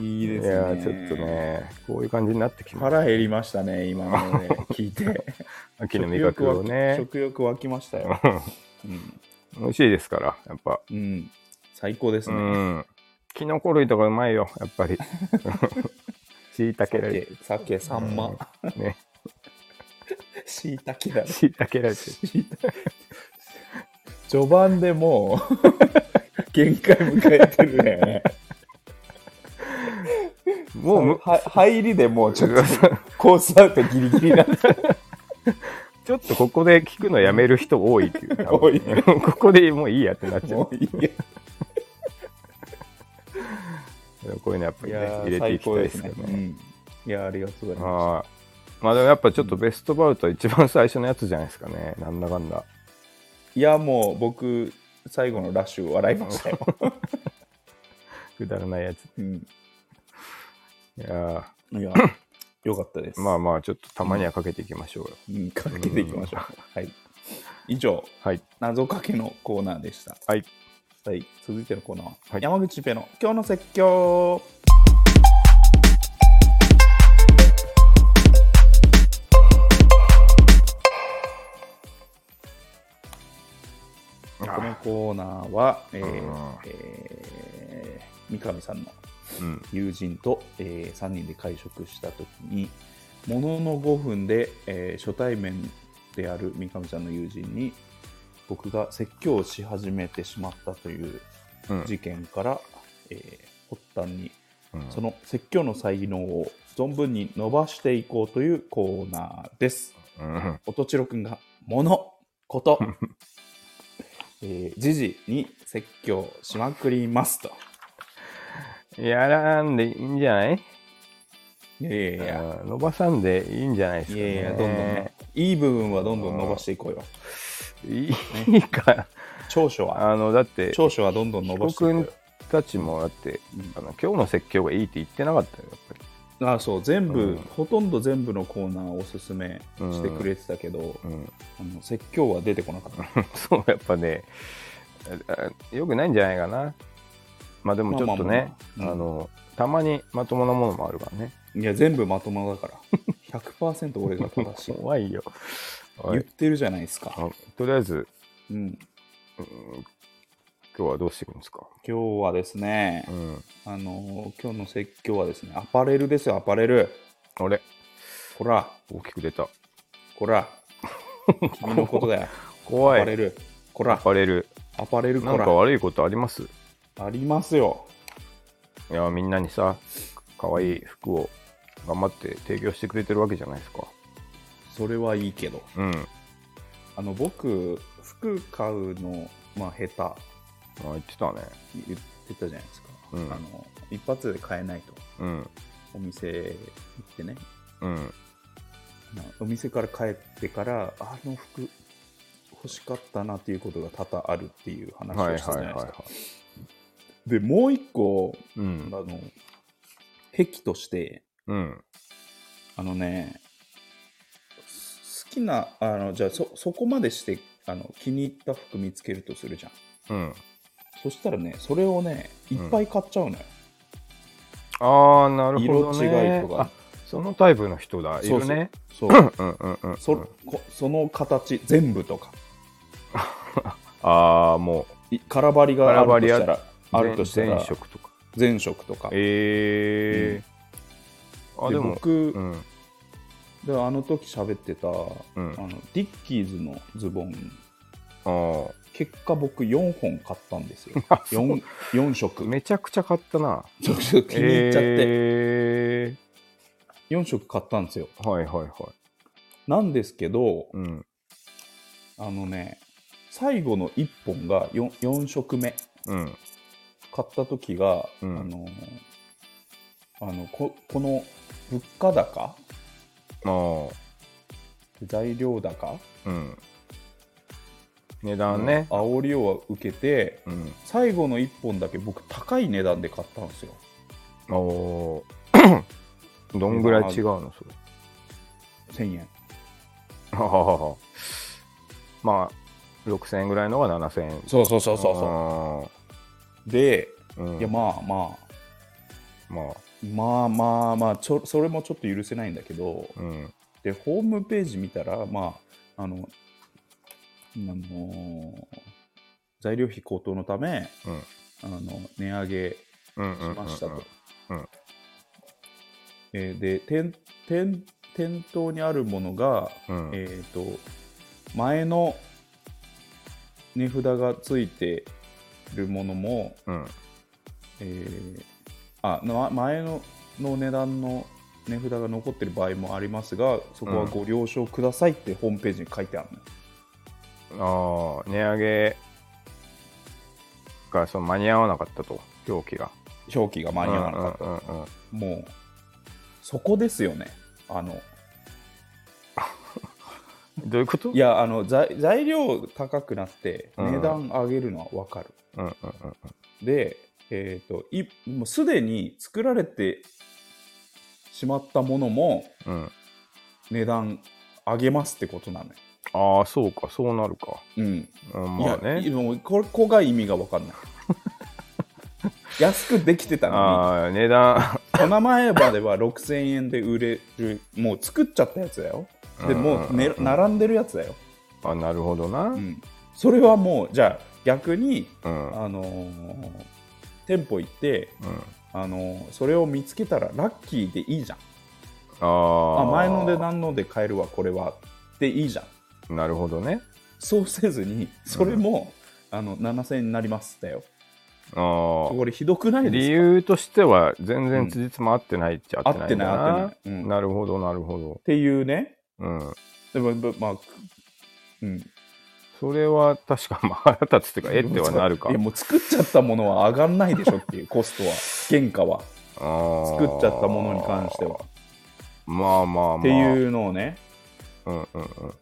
S2: いい
S1: い
S2: ですね。
S1: やーちょっと。ねこういう感じになってきました
S2: 腹減りましたね、今ので聞 いて。
S1: 秋の味覚をね
S2: 食欲湧き食欲湧きましたよ。うん。
S1: 美味しいですからやっぱ
S2: うん。最高です
S1: う
S2: ね。
S1: んキノコ類とかうまいよやっぱ り椎茸られ
S2: 鮭、鮭、サン マ、
S1: てね
S2: しいたけだね。
S1: 椎茸られて
S2: 椎茸 序盤でもう 限界迎えてるね。
S1: もうむ
S2: は入りでもうちょっと コースアウトギリギリな
S1: ちょっとここで聞くのやめる人多いっていう。
S2: 多い
S1: ここでもういいやってなっちゃう
S2: も。ういいや
S1: こういうのやっぱ
S2: い
S1: りね、
S2: やー
S1: 入れていきたいですよ
S2: 最高
S1: ね。
S2: うんいやーありがとうございま
S1: はいまあでもやっぱちょっとベストバウトは一番最初のやつじゃないですかね。なんだかんだ。
S2: すいやもう僕最後のラッシュ笑いましたよ、
S1: くだらないやつ。
S2: うん、
S1: いや
S2: いやよかったです
S1: ーまあまあちょっとたまにはかけていきましょうよ。
S2: うんかけていきましょう、はい以上
S1: はい。
S2: 謎かけのコーナーでした
S1: はい。
S2: はい続いてのコーナーは、
S1: はい
S2: 山口ペの今日の説教
S1: あ
S2: こ
S1: ー
S2: のコーナーは、えー
S1: うん
S2: えー三上さんの
S1: うん。
S2: 友人と、え3人で会食した時にものの5分で、えー初対面である三上さんの友人に僕が説教をし始めてしまったという
S1: うん
S2: 事件から、えー発端に
S1: うん
S2: その説教の才能を存分に伸ばしていこうというコーナーです。
S1: うん
S2: 音千代くんが「もの」「 こと」えー「時事」に説教しまくりますと。
S1: やらんでいいんじゃない
S2: いやいやいや
S1: うん伸ばさんでいいんじゃないです
S2: い
S1: か
S2: や
S1: ね。
S2: いや、どんどんね。いい部分はどんどん伸ばしていこうよ。
S1: いいか。
S2: 長所は、
S1: あの、だって、
S2: 長所はどんどん伸ばしていこうよ。
S1: たちもだって、
S2: うん
S1: あの今日の説教がいいって言ってなかったよ、やっぱり。
S2: あそう全部、
S1: うん
S2: ほとんど全部のコーナーをおすすめしてくれてたけど、
S1: うん、
S2: あの説教は出てこなかった
S1: そう、やっぱね、よくないんじゃないかな。まあでもちょっとね、
S2: まあまあまあうん
S1: あの、たまにまともなものもあるからね。
S2: いや全部まともだから 100%俺が正し い
S1: 怖いよ。は
S2: 言っ
S1: い
S2: てるじゃないですか、
S1: あとりあえず、
S2: うん、
S1: うん今日はどうしていくんですか。
S2: 今日はですね
S1: うん、
S2: あの今日の説教はですねアパレルですよアパレル
S1: あれ
S2: こら
S1: 大きく出た。
S2: こら君のことだよ ア
S1: 怖い。
S2: パレルこ
S1: ア
S2: ら
S1: パレル。
S2: アパレル
S1: な
S2: こ
S1: んから悪いことあります
S2: ありますよ
S1: いや、みんなにさ、可愛い服を頑張って提供してくれてるわけじゃないですか。
S2: それはいいけど
S1: うん。
S2: あの僕服買うのまあ下
S1: あ言ってたね。
S2: 手言ってたじゃないですか、
S1: うん
S2: あの一発で買えないと
S1: うん。
S2: お店行ってね
S1: うん。
S2: まあお店から帰ってからあの服欲しかったなっていうことが多々あるっていう話
S1: はいは
S2: を
S1: い
S2: したじゃ
S1: は
S2: ないいですか
S1: は
S2: でもう一個
S1: い。う
S2: あ
S1: ん。
S2: の癖として
S1: うん。
S2: あのねす好きなあのじゃあそそこまでしてあの気に入った服見つけるとするじゃん
S1: うん。
S2: そしたらねそれをねいっぱい買っちゃうのよ、
S1: ああ、なるほど、ね。
S2: 色違いとか
S1: あそのタイプの人だ。い
S2: そう
S1: る
S2: そう
S1: ね。
S2: そう
S1: うんうんうんうん。
S2: そこその形全部とか
S1: ああ、も
S2: いカラバリがあるとしたら
S1: う、
S2: あるとしたら
S1: 前職とか。
S2: 全色とか
S1: ええー。あ、
S2: で
S1: でも、
S2: 僕、
S1: うん。
S2: であの時喋ってた、
S1: うん。
S2: あ
S1: あ
S2: のディッキーズのズボン
S1: ー
S2: 結果僕4本買ったんですよ
S1: あ。そう
S2: 4, 4色
S1: めちゃくちゃ買ったな。
S2: ちょっと気に入っちゃって、
S1: え
S2: 4色買ったんですよ
S1: ー、はいはいはい。
S2: なんですけど
S1: うん。
S2: あのね最後の1本が 4, 4色目
S1: うん。
S2: 買った時が、
S1: うん
S2: あのあのここの物価高
S1: ああ。
S2: 材料高
S1: うん。値段ね。
S2: 煽りを受けて
S1: うん。
S2: 最後の1本だけ僕高い値段で買ったんですよ
S1: おおー。どんぐらい違うのそれ。
S2: 1000円
S1: はははは まあ、6000円ぐらいのが7000円。
S2: そうそうそううで
S1: う。うん、
S2: いやまあまあ
S1: まあ、
S2: まあまあまあちょそれもちょっと許せないんだけど
S1: うん。
S2: でホームページ見たらまああの、あのー材料費高騰のため、
S1: うん
S2: あの値上げ
S1: うん
S2: し
S1: うんうん、
S2: ましたと、
S1: うんうん
S2: えーで店店店頭にあるものが、
S1: うん
S2: えっ、と前の値札がついてるものも
S1: うん。
S2: えーあな前のの値段の値札が残ってる場合もありますがそこはご了承くださいってホームページに書いてあるの、
S1: ああ、値上げがその間に合わなかったと、表記が。
S2: 表記が間に合わなかった、
S1: うんうんうんうん
S2: もうそこですよねあの
S1: どういうこと
S2: いやあの材材料高くなって
S1: うん
S2: 値段上げるのは分かる、
S1: うんうん
S2: で、えー、といもうすでに作られてしまったものも
S1: うんうん。
S2: 値段上げますってことなのよ、
S1: ああ、そうか、そうなるか。
S2: うん、
S1: うん、まあ
S2: いや
S1: ね。
S2: もうここが意味が分か んない安くできてたの
S1: ああ、値段。
S2: にこの前までは6000円で売れるもう作っちゃったやつだよで
S1: うん
S2: もう、
S1: う
S2: ね
S1: ん、うん
S2: 並んでるやつだよ、
S1: あなるほどな。う。
S2: うんん、それはもうじゃあ逆に、
S1: うん。
S2: あのー店舗行って、あのーそれを見つけたらラッキーでいいじゃん
S1: あ
S2: あ
S1: あ。
S2: 前ので何ので買えるわこれはでいいじゃん
S1: なるほどね。
S2: そうせずにそれも、あの7000円になりますだよ
S1: ああ。
S2: これひどくないですか
S1: 理由としては全然つじつま合ってないっちゃ合
S2: 合
S1: って
S2: っ
S1: ない
S2: て
S1: ん
S2: な
S1: だ
S2: い
S1: な。
S2: 合ってない、うんっ
S1: なるほど、なるほど。
S2: ていうね
S1: うん。
S2: でもぶまあくうん
S1: それは確か、まあ、腹立つっていうか、えってはなるか
S2: いや。もう作っちゃったものは上がんないでしょっていうコストは原価は
S1: 作
S2: 作っちゃったものに関しては。
S1: まあまあまあ。
S2: って
S1: う。
S2: いうのをね
S1: うんうんうん。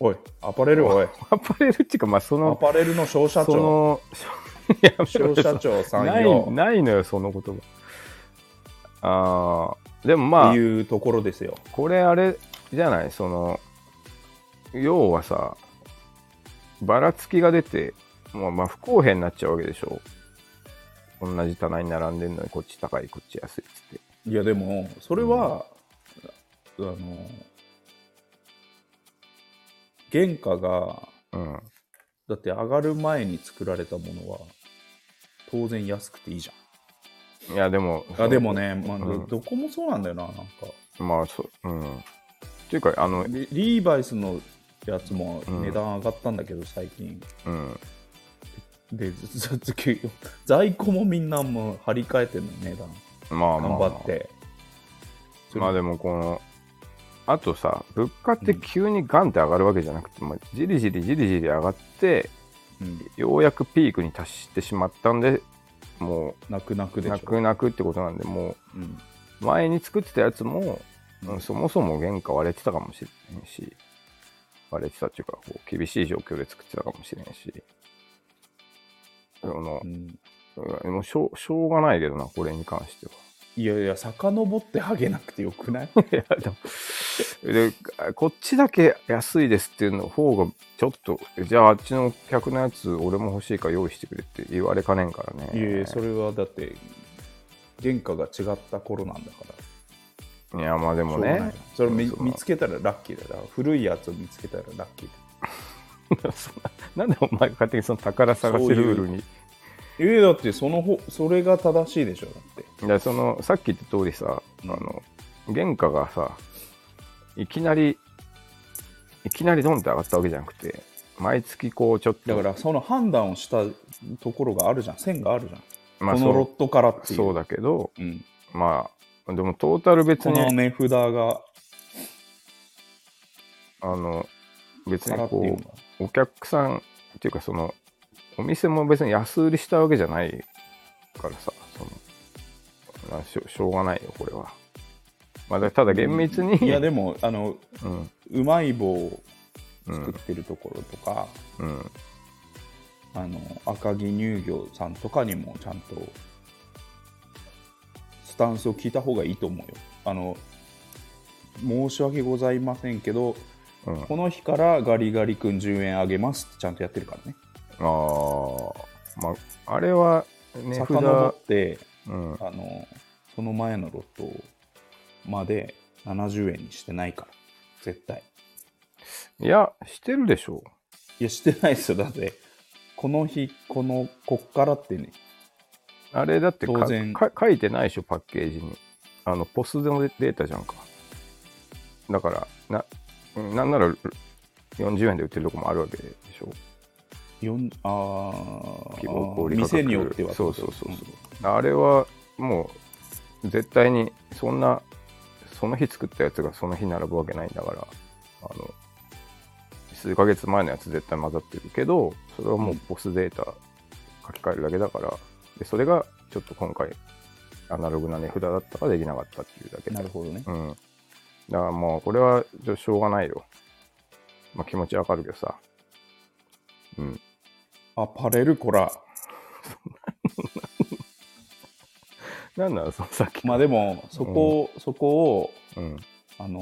S2: おいアパレルおい
S1: アパレルっていうか、まあ、そ
S2: ア
S1: の、
S2: パレルの商社
S1: そ
S2: 長
S1: の、
S2: 消費者庁さん
S1: ない
S2: よ
S1: ないのよ、その言葉。ああ、でもま
S2: っ
S1: あ
S2: て、いうところですよ。
S1: これあれじゃないその要はさばらつきが出て、まあ、まあ不公平になっちゃうわけでしょ同じ棚に並んでんのにこっち高いこっち安いっつって
S2: いやでもそれは、あの原価が
S1: うん
S2: だって上がる前に作られたものは当然安くていいじ
S1: いやでも
S2: ゃん。あでもね、まあ
S1: うん
S2: どこもそうなんだよななんか
S1: まあそううんっていうかあの
S2: リリーバイスのやつも
S1: うん
S2: 値段上がったんだけど最近。
S1: うん
S2: でず ずず在庫もみんなもう張り替えてるのよ値段
S1: まあまあ、
S2: 頑
S1: ま
S2: 張
S1: あ、
S2: って。それ
S1: まあでもこのあとさ物価って急にガンって上がるわけじゃなくて、まあ、じりじりじりじり上がって
S2: うん
S1: ようやくピークに達してしまったんでもう
S2: 泣く泣くでしょ。
S1: なくなくってことなんでも
S2: うん
S1: う前に作ってたやつも、
S2: うん
S1: うんそもそも原価割れてたかもしれんし割れてたっていうかこう厳しい状況で作ってたかもしれんしその
S2: う、ん
S1: うんもうしょうしょうがないけどなこれに関しては。
S2: いやいや、遡ってあげなくてよ くない
S1: いやでもでこっちだけ安いですっていうの方がちょっとじゃああっちの客のやつ俺も欲しいから用意してくれって言われかねんからね
S2: いやいや、それはだって、原価が違った頃なんだから。
S1: いやまあでも
S2: しょうがない
S1: ね
S2: よそれ見
S1: その
S2: 見つけたらラッキーだよだから古いやつを見つけたらラッキーだ
S1: そんななんでお前が勝手にその宝探しルールに
S2: よえだってそのほそれが正しいでしょだって
S1: いやそのさっき言った通りさ、
S2: うん
S1: あの原価がさいきなりいきなりドンって上がったわけじゃなくて毎月こうちょっと
S2: だからその判断をしたところがあるじゃん線があるじゃん、
S1: まあ
S2: このロ
S1: そ
S2: ットからって
S1: う
S2: いう
S1: そうだけど
S2: うん、
S1: まあでもトータル別
S2: この
S1: に
S2: 値札が
S1: あの別
S2: から
S1: に
S2: っていうの
S1: こ
S2: が
S1: うお客さんっていうかそのお店も別に安売りしたわけじゃないからさそのまあしょしょうがないよこれは。まあ、だただ厳密に、
S2: いやでもあの
S1: うん
S2: うまい棒を
S1: う
S2: 作っ
S1: ん
S2: てるところとか、
S1: うん
S2: あの赤城乳業さんとかにもちゃんとスタンスを聞いた方がいいと思うよあの申し訳ございませんけど
S1: うん、
S2: この日からガリガリ君10円あげますってちゃんとやってるからね
S1: ああ、まあ、あれは、ね、札、
S2: 遡って
S1: うん、
S2: あのその前のロットまで70円にしてないから絶対
S1: いや、してるでしょ
S2: いやしてないですよだってこの日このこっからってね
S1: あれだってか
S2: 当然
S1: か書いてないでしょ、パッケージに。あの、ポスでのデータじゃんか。だから、な、なんなら40円で売ってるとこもあるわけでしょ。
S2: よんあ
S1: 希望小
S2: ー
S1: 売価格
S2: 店によっては
S1: そうそうそうそう
S2: うん
S1: あれは、もう、絶対に、そんな、その日作ったやつがその日並ぶわけないんだから、あの、数ヶ月前のやつ絶対混ざってるけど、それはもうボスデータ書き換えるだけだから、でそれがちょっと今回、アナログな値札だったかできなかったっていうだけで
S2: なるほどね
S1: うん。だからもう、これはじゃあしょうがないよ。まあ気持ちわかるけどさ。うん。
S2: あパレルコラ
S1: なんなの、そのさっ き。
S2: まあでもそこ、そこを
S1: うん。
S2: あの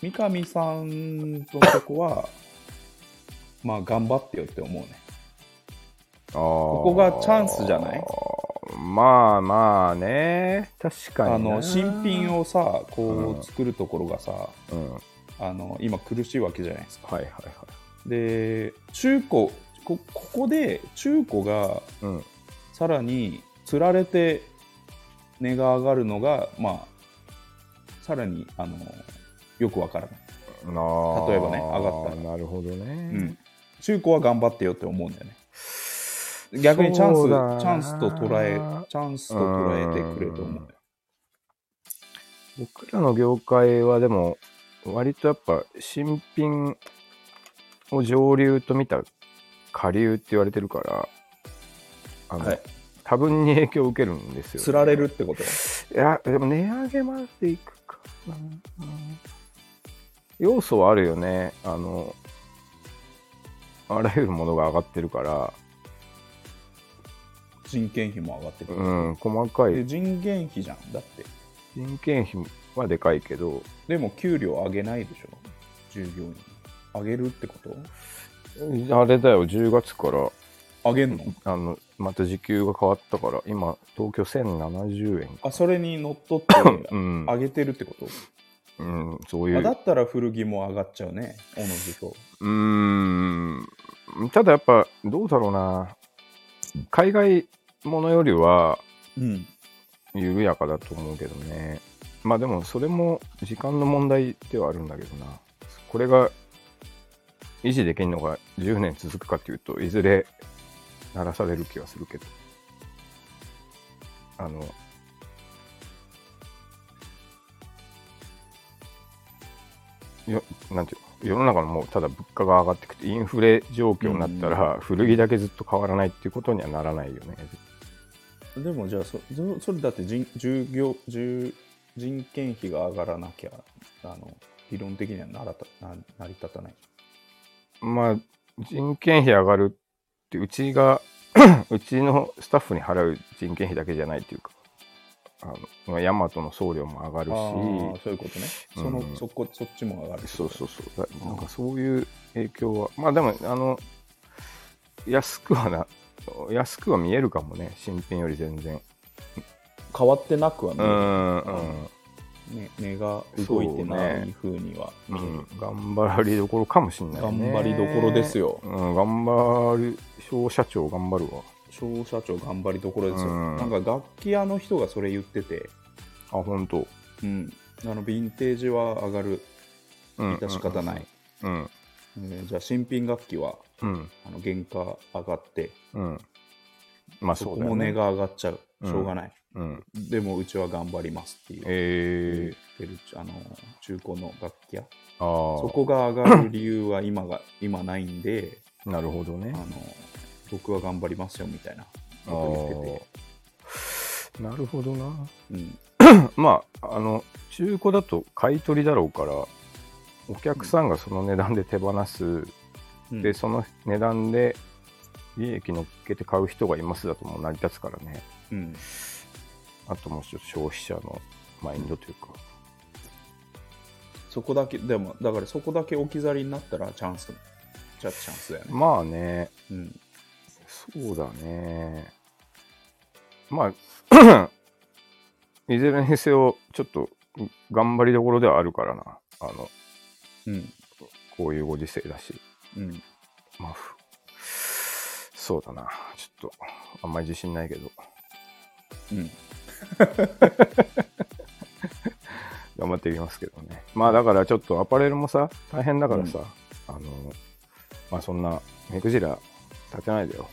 S2: 三上さんのと こはまあ頑張ってよって思うね
S1: こ
S2: こがチャンスじゃない
S1: まあまあね確かに
S2: あの新品
S1: を、
S2: をさこ
S1: うん
S2: う作るところがさ、
S1: うん、はい
S2: あの今苦しいわけじゃないですか
S1: はいはい
S2: で中古こここで中古が
S1: うん
S2: さらにつられて値が上がるのがまあさらにあのよくわからない、
S1: なあ
S2: 例えばね上がったら
S1: なるほどね、
S2: うん、中古は頑張ってよって思うんだよね逆にチャンス
S1: そ
S2: チ
S1: うだな
S2: ャンスと捉えチャンスと捉えてくれと思う
S1: 僕らの業界はでも割とやっぱ新品を上流と見た下流って言われてるからあの、
S2: はい
S1: 多分に影響を受けるんですよ、
S2: つられるってこと
S1: いや、でも値上げまでいくかな。うん要素はあるよね。あの、あらゆるものが上がってるから、
S2: 人件費も上がってくる、
S1: うん、細か
S2: で
S1: い。
S2: 人件費じゃんだって
S1: 人件費はでかいけど、
S2: でも給料上げないでしょ従業員上げるってこと
S1: あれだよ、10月から、
S2: 上げんの
S1: あの、また時給が変わったから、今、東京1070円。
S2: あそれに乗っ取って
S1: うん
S2: 上げてるってこと、
S1: うん、そうい
S2: あだ
S1: う。
S2: ったら古着も上がっちゃうねおのずと
S1: うん、ただやっぱ、どうだろうな。海外ものよりは、
S2: うん
S1: 緩やかだと思うけどね。まあでも、それも時間の問題ではあるんだけどな。これが維持できるのが10年続くかというと、いずれ鳴らされる気はするけど。あの、よなんていうの世の中のもうただ物価が上がってくてインフレ状況になったら古着だけずっと変わらないっていうことにはならないよね。
S2: でもじゃあそそそれだって人従業従人件費が上がらなきゃあの理論的にはならたな成り立たない
S1: まあ、人件費上がるって、うちが、 うちのスタッフに払う人件費だけじゃないっていうか、あの、まあヤマトの送料も上が
S2: あー
S1: る
S2: そういうことね
S1: うん
S2: その、そこそっちも上がる
S1: し、そうそうそう、だなんかそういう影響は、まあでも、あの、安くはな、安くは見えるかもね、新品より全然。
S2: 変わってなくは
S1: う、
S2: なんい、ね、値が動いてないふうには、
S1: うん、うん、頑張りどころかもしんない、ね。
S2: 頑張りどころですよ
S1: うん、頑張る、小社長頑張るわ。
S2: 消費者庁頑張りどころですよ、
S1: うん
S2: なんか楽器屋の人がそれ言ってて、
S1: あ、本当。
S2: うん、あのヴィンテージは上がる
S1: うん、
S2: 致し方ない、
S1: うん。
S2: えーじゃあ新品楽器は
S1: うん。
S2: あの原価上がって
S1: うん。まあ
S2: そ
S1: そ
S2: こ
S1: うだ
S2: も
S1: よ
S2: 値
S1: ね。
S2: が上がっちゃう、
S1: うん
S2: しょうがない
S1: うん。
S2: でもうちは頑張りますっていう、
S1: えー、
S2: 言ってるあの中古の楽器屋
S1: あ
S2: そ
S1: ー
S2: こが上がる理由は今が今ないんで
S1: なるほど
S2: あ
S1: ね。
S2: の僕は頑張りますよみたいなこと言ってて、
S1: あーなるほどな。
S2: うん、
S1: まあ、あの、中古だと買い取りだろうから、お客さんがその値段で手放す、
S2: うん
S1: で、その値段で利益乗っけて買う人がいますだともう成り立つからね。
S2: うん
S1: あともうちょっと消費者のマインドというか。
S2: そこだけでもだからそこだけ置き去りになったらチャンスじゃあチャンスだよね、
S1: まあね、
S2: うん、
S1: そうだね。まあ、 いずれにせよ、ちょっと頑張りどころではあるからな。あの、
S2: うん
S1: こういうご時世だし。
S2: うん
S1: まあ、ふそうだな。ちょっと、あんまり自信ないけど、
S2: うん
S1: 頑張っていきますけどね。まあ、だからちょっとアパレルもさ、大変だからさ、あの、まあそんな、目くじら立てないでよ。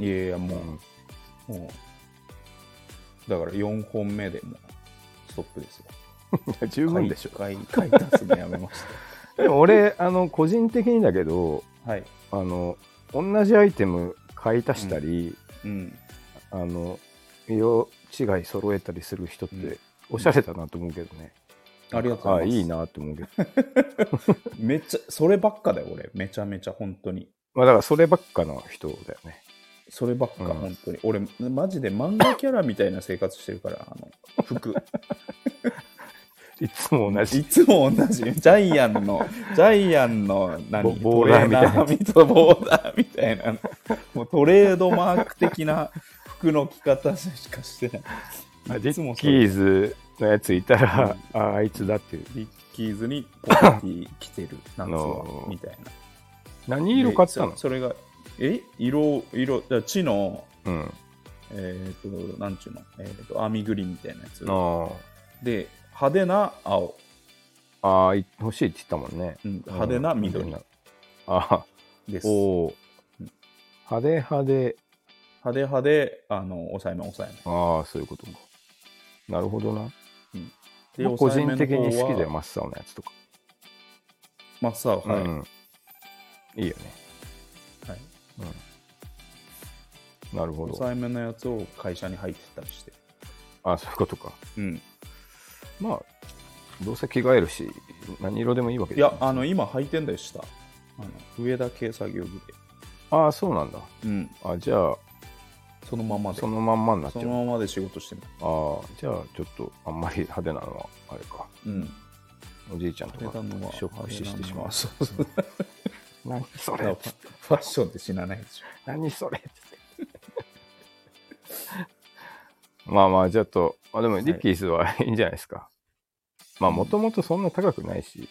S2: いやいや
S1: う
S2: も
S1: ん。
S2: う、もうだから4本目でもうストップですよ
S1: 十分でしょ。
S2: 買い買い買い出すのやめまし
S1: でも俺、あの、個人的にだけど、
S2: たはい、
S1: あの同じアイテム買い足したり、
S2: うん、
S1: あの色違い揃えたりする人っ
S2: うん
S1: ておしゃれだなと思うけどね、
S2: ありがとうございます
S1: あいいなと思うけど
S2: めっちゃそればっかだよ俺めちゃめちゃ本当に
S1: まあだからそればっかの人だよね
S2: そればっか、
S1: うん
S2: 本当に俺マジで漫画キャラみたいな生活してるからあの服
S1: いつも同
S2: い
S1: じ
S2: つも 同じジャイアンのジャイアンの何
S1: ボボーダーみたいな
S2: トレーナーみたいなボーダーみたいなもうトレードマーク的な服の着方しかしてない
S1: あ
S2: い
S1: リ
S2: つも
S1: ッ
S2: そ
S1: キ
S2: れ
S1: ーズのやついたら、ああいつだっていう
S2: リッキーズにポケティ着て る夏
S1: あ
S2: は
S1: のー
S2: みたいな
S1: 何色買った
S2: で
S1: の
S2: そそれがえ色色だから地の
S1: うんあ
S2: えっ、となんちゅうの、えー、とアーミーグリーンみたいなやつ
S1: ー
S2: で派手な青、
S1: あーい欲しいって言ったもんね
S2: うん派手な緑
S1: うんあ
S2: です、
S1: おお
S2: うん
S1: ー派手派手
S2: 派手派手あの抑えめ抑えめ
S1: ああそういうことかなるほどな
S2: で
S1: まあ個
S2: 抑え
S1: 人
S2: め
S1: 的
S2: の方は
S1: に好きだよ、真っ青のやつとか。
S2: 真っ青はい、
S1: うんいいよね。
S2: はい、
S1: うん、なるほど。
S2: 抑えめのやつを会社に入ってったりして
S1: あ、そういうことか。
S2: うん
S1: まあ、どうせ着替えるし、何色でもいいわけ
S2: いやあの今履いてんだよ下あの上だけ作業着で
S1: ああ、そうなんだ。
S2: うん
S1: あじゃあ、
S2: そのままで
S1: そのまんまになっち
S2: そ
S1: ゃう。
S2: のままで仕事してる
S1: ああ、じゃあちょっとあんまり派手なのはあれか。
S2: うん
S1: おじいちゃんとか
S2: 派手なのは
S1: ショック死してしまう。
S2: そうそう
S1: 何そ
S2: だから
S1: れ
S2: ファファッションって死なないでしょ
S1: 何それまあまあ、ちょっと、まあでもリッキースはいいんじゃないですか。まあもともとそんな高くないし、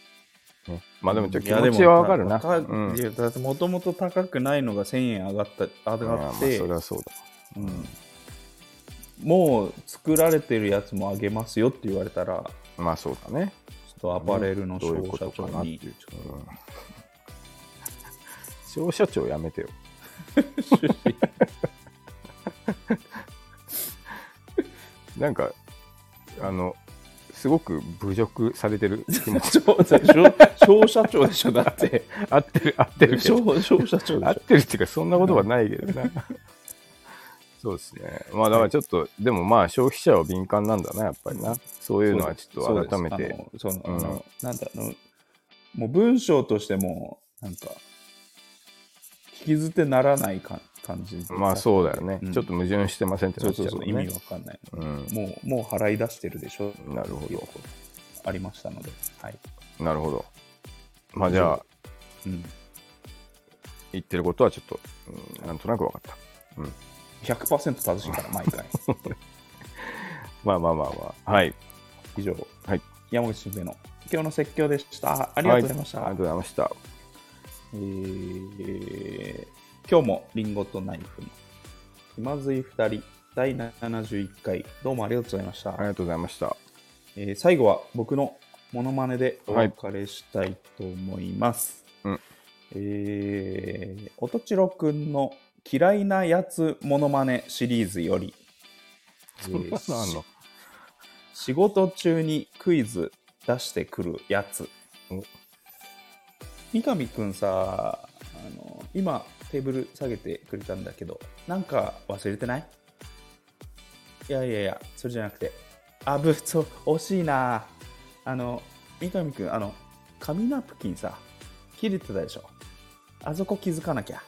S1: ねまあでもちょっと気持ちはわかるな。うん
S2: もともと高くないのが1000円上がった上
S1: ああま
S2: が
S1: あ
S2: っ
S1: そ
S2: て、
S1: れはそうだ。
S2: うん、もう作られてるやつもあげますよって言われたら
S1: まあそうだね。
S2: ちょっとアパレルの
S1: どういう
S2: 消
S1: こ
S2: 費
S1: とか
S2: 者庁
S1: なってい
S2: に
S1: う。 うん消費者庁やめ てよ。なんか、あの、すごく侮辱されてる気持 ち。
S2: そうだ消消社長でしょだって
S1: 合ってる、合ってるけど。
S2: 消消社長で
S1: 合っ
S2: して
S1: るっていうか、そんなことはないけどな。 そうですね。まあだからちょっと、でもまあ消費者は敏感なんだな、やっぱりな。そう
S2: ょ
S1: いうのはちょっと改め
S2: そうで
S1: て。
S2: すそうですあ
S1: う
S2: の
S1: ん
S2: そのあのなんだあのもう文章としてもなんか聞き捨てならないか感じ
S1: まあそうだよね、
S2: うん
S1: ちょっと矛盾してませんって
S2: そ
S1: な
S2: う
S1: っち
S2: そ
S1: ゃ
S2: う
S1: う
S2: そ
S1: も
S2: うん意
S1: ね
S2: 味わかんない
S1: うん。
S2: もうもう払い出してるでしょ
S1: なるほど。
S2: ありましたのではい、
S1: なるほど。まあじゃあ、
S2: うん、
S1: 言ってることはちょっと、うんなんとなく分かった。
S2: 100%正しいから毎回
S1: まあまあまあまあ。はい。
S2: 以上、
S1: はい
S2: 山口新平の今日の説教でしたありがとうございました、
S1: はありがとうございました。
S2: えー今日もリンゴとナイフの気まずい2人第71回どうもありがとうございました、
S1: ありがとうございました。
S2: えー最後は僕のモノマネでお別れしたいと思います、
S1: はいうん
S2: えー、おとちろくんの嫌いなやつモノマネシリーズよりえ
S1: そんなのあん
S2: ー
S1: の
S2: 仕事中にクイズ出してくるやつ
S1: お
S2: 三上くんさあの今テーブル下げてくれたんだけどなんか忘れてないいやいやいやそれじゃなくてあぶ そう惜しいなあの三上くんあの紙ナプキンさ切れてたでしょあそこ気づかなきゃ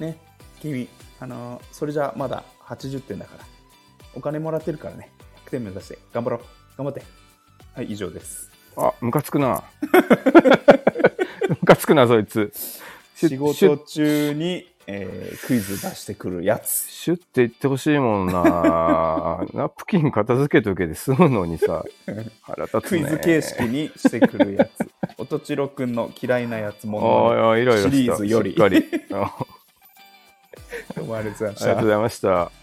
S2: ね君あのそれじゃまだ80点だからお金もらってるからね100点目指して頑張ろう頑張ってはい以上です
S1: あ、ムカつくな。 ムカつくな、そいつ。シュッ
S2: 仕
S1: シュ
S2: 事
S1: ッ
S2: 中に、えークイズ出してくるやつ
S1: シュッて言ってほしいもん な。ナプキン片付けとけで済むのにさ、腹立つ
S2: ク
S1: ね。
S2: イズ形式にしてくるやつ おとちろくんの嫌いなやつも
S1: おい
S2: の
S1: おい、いろいろした
S2: シリーズより
S1: しっかり。あ
S2: まねどうもありがとうございま
S1: あ
S2: し
S1: りがとう
S2: た
S1: ございました。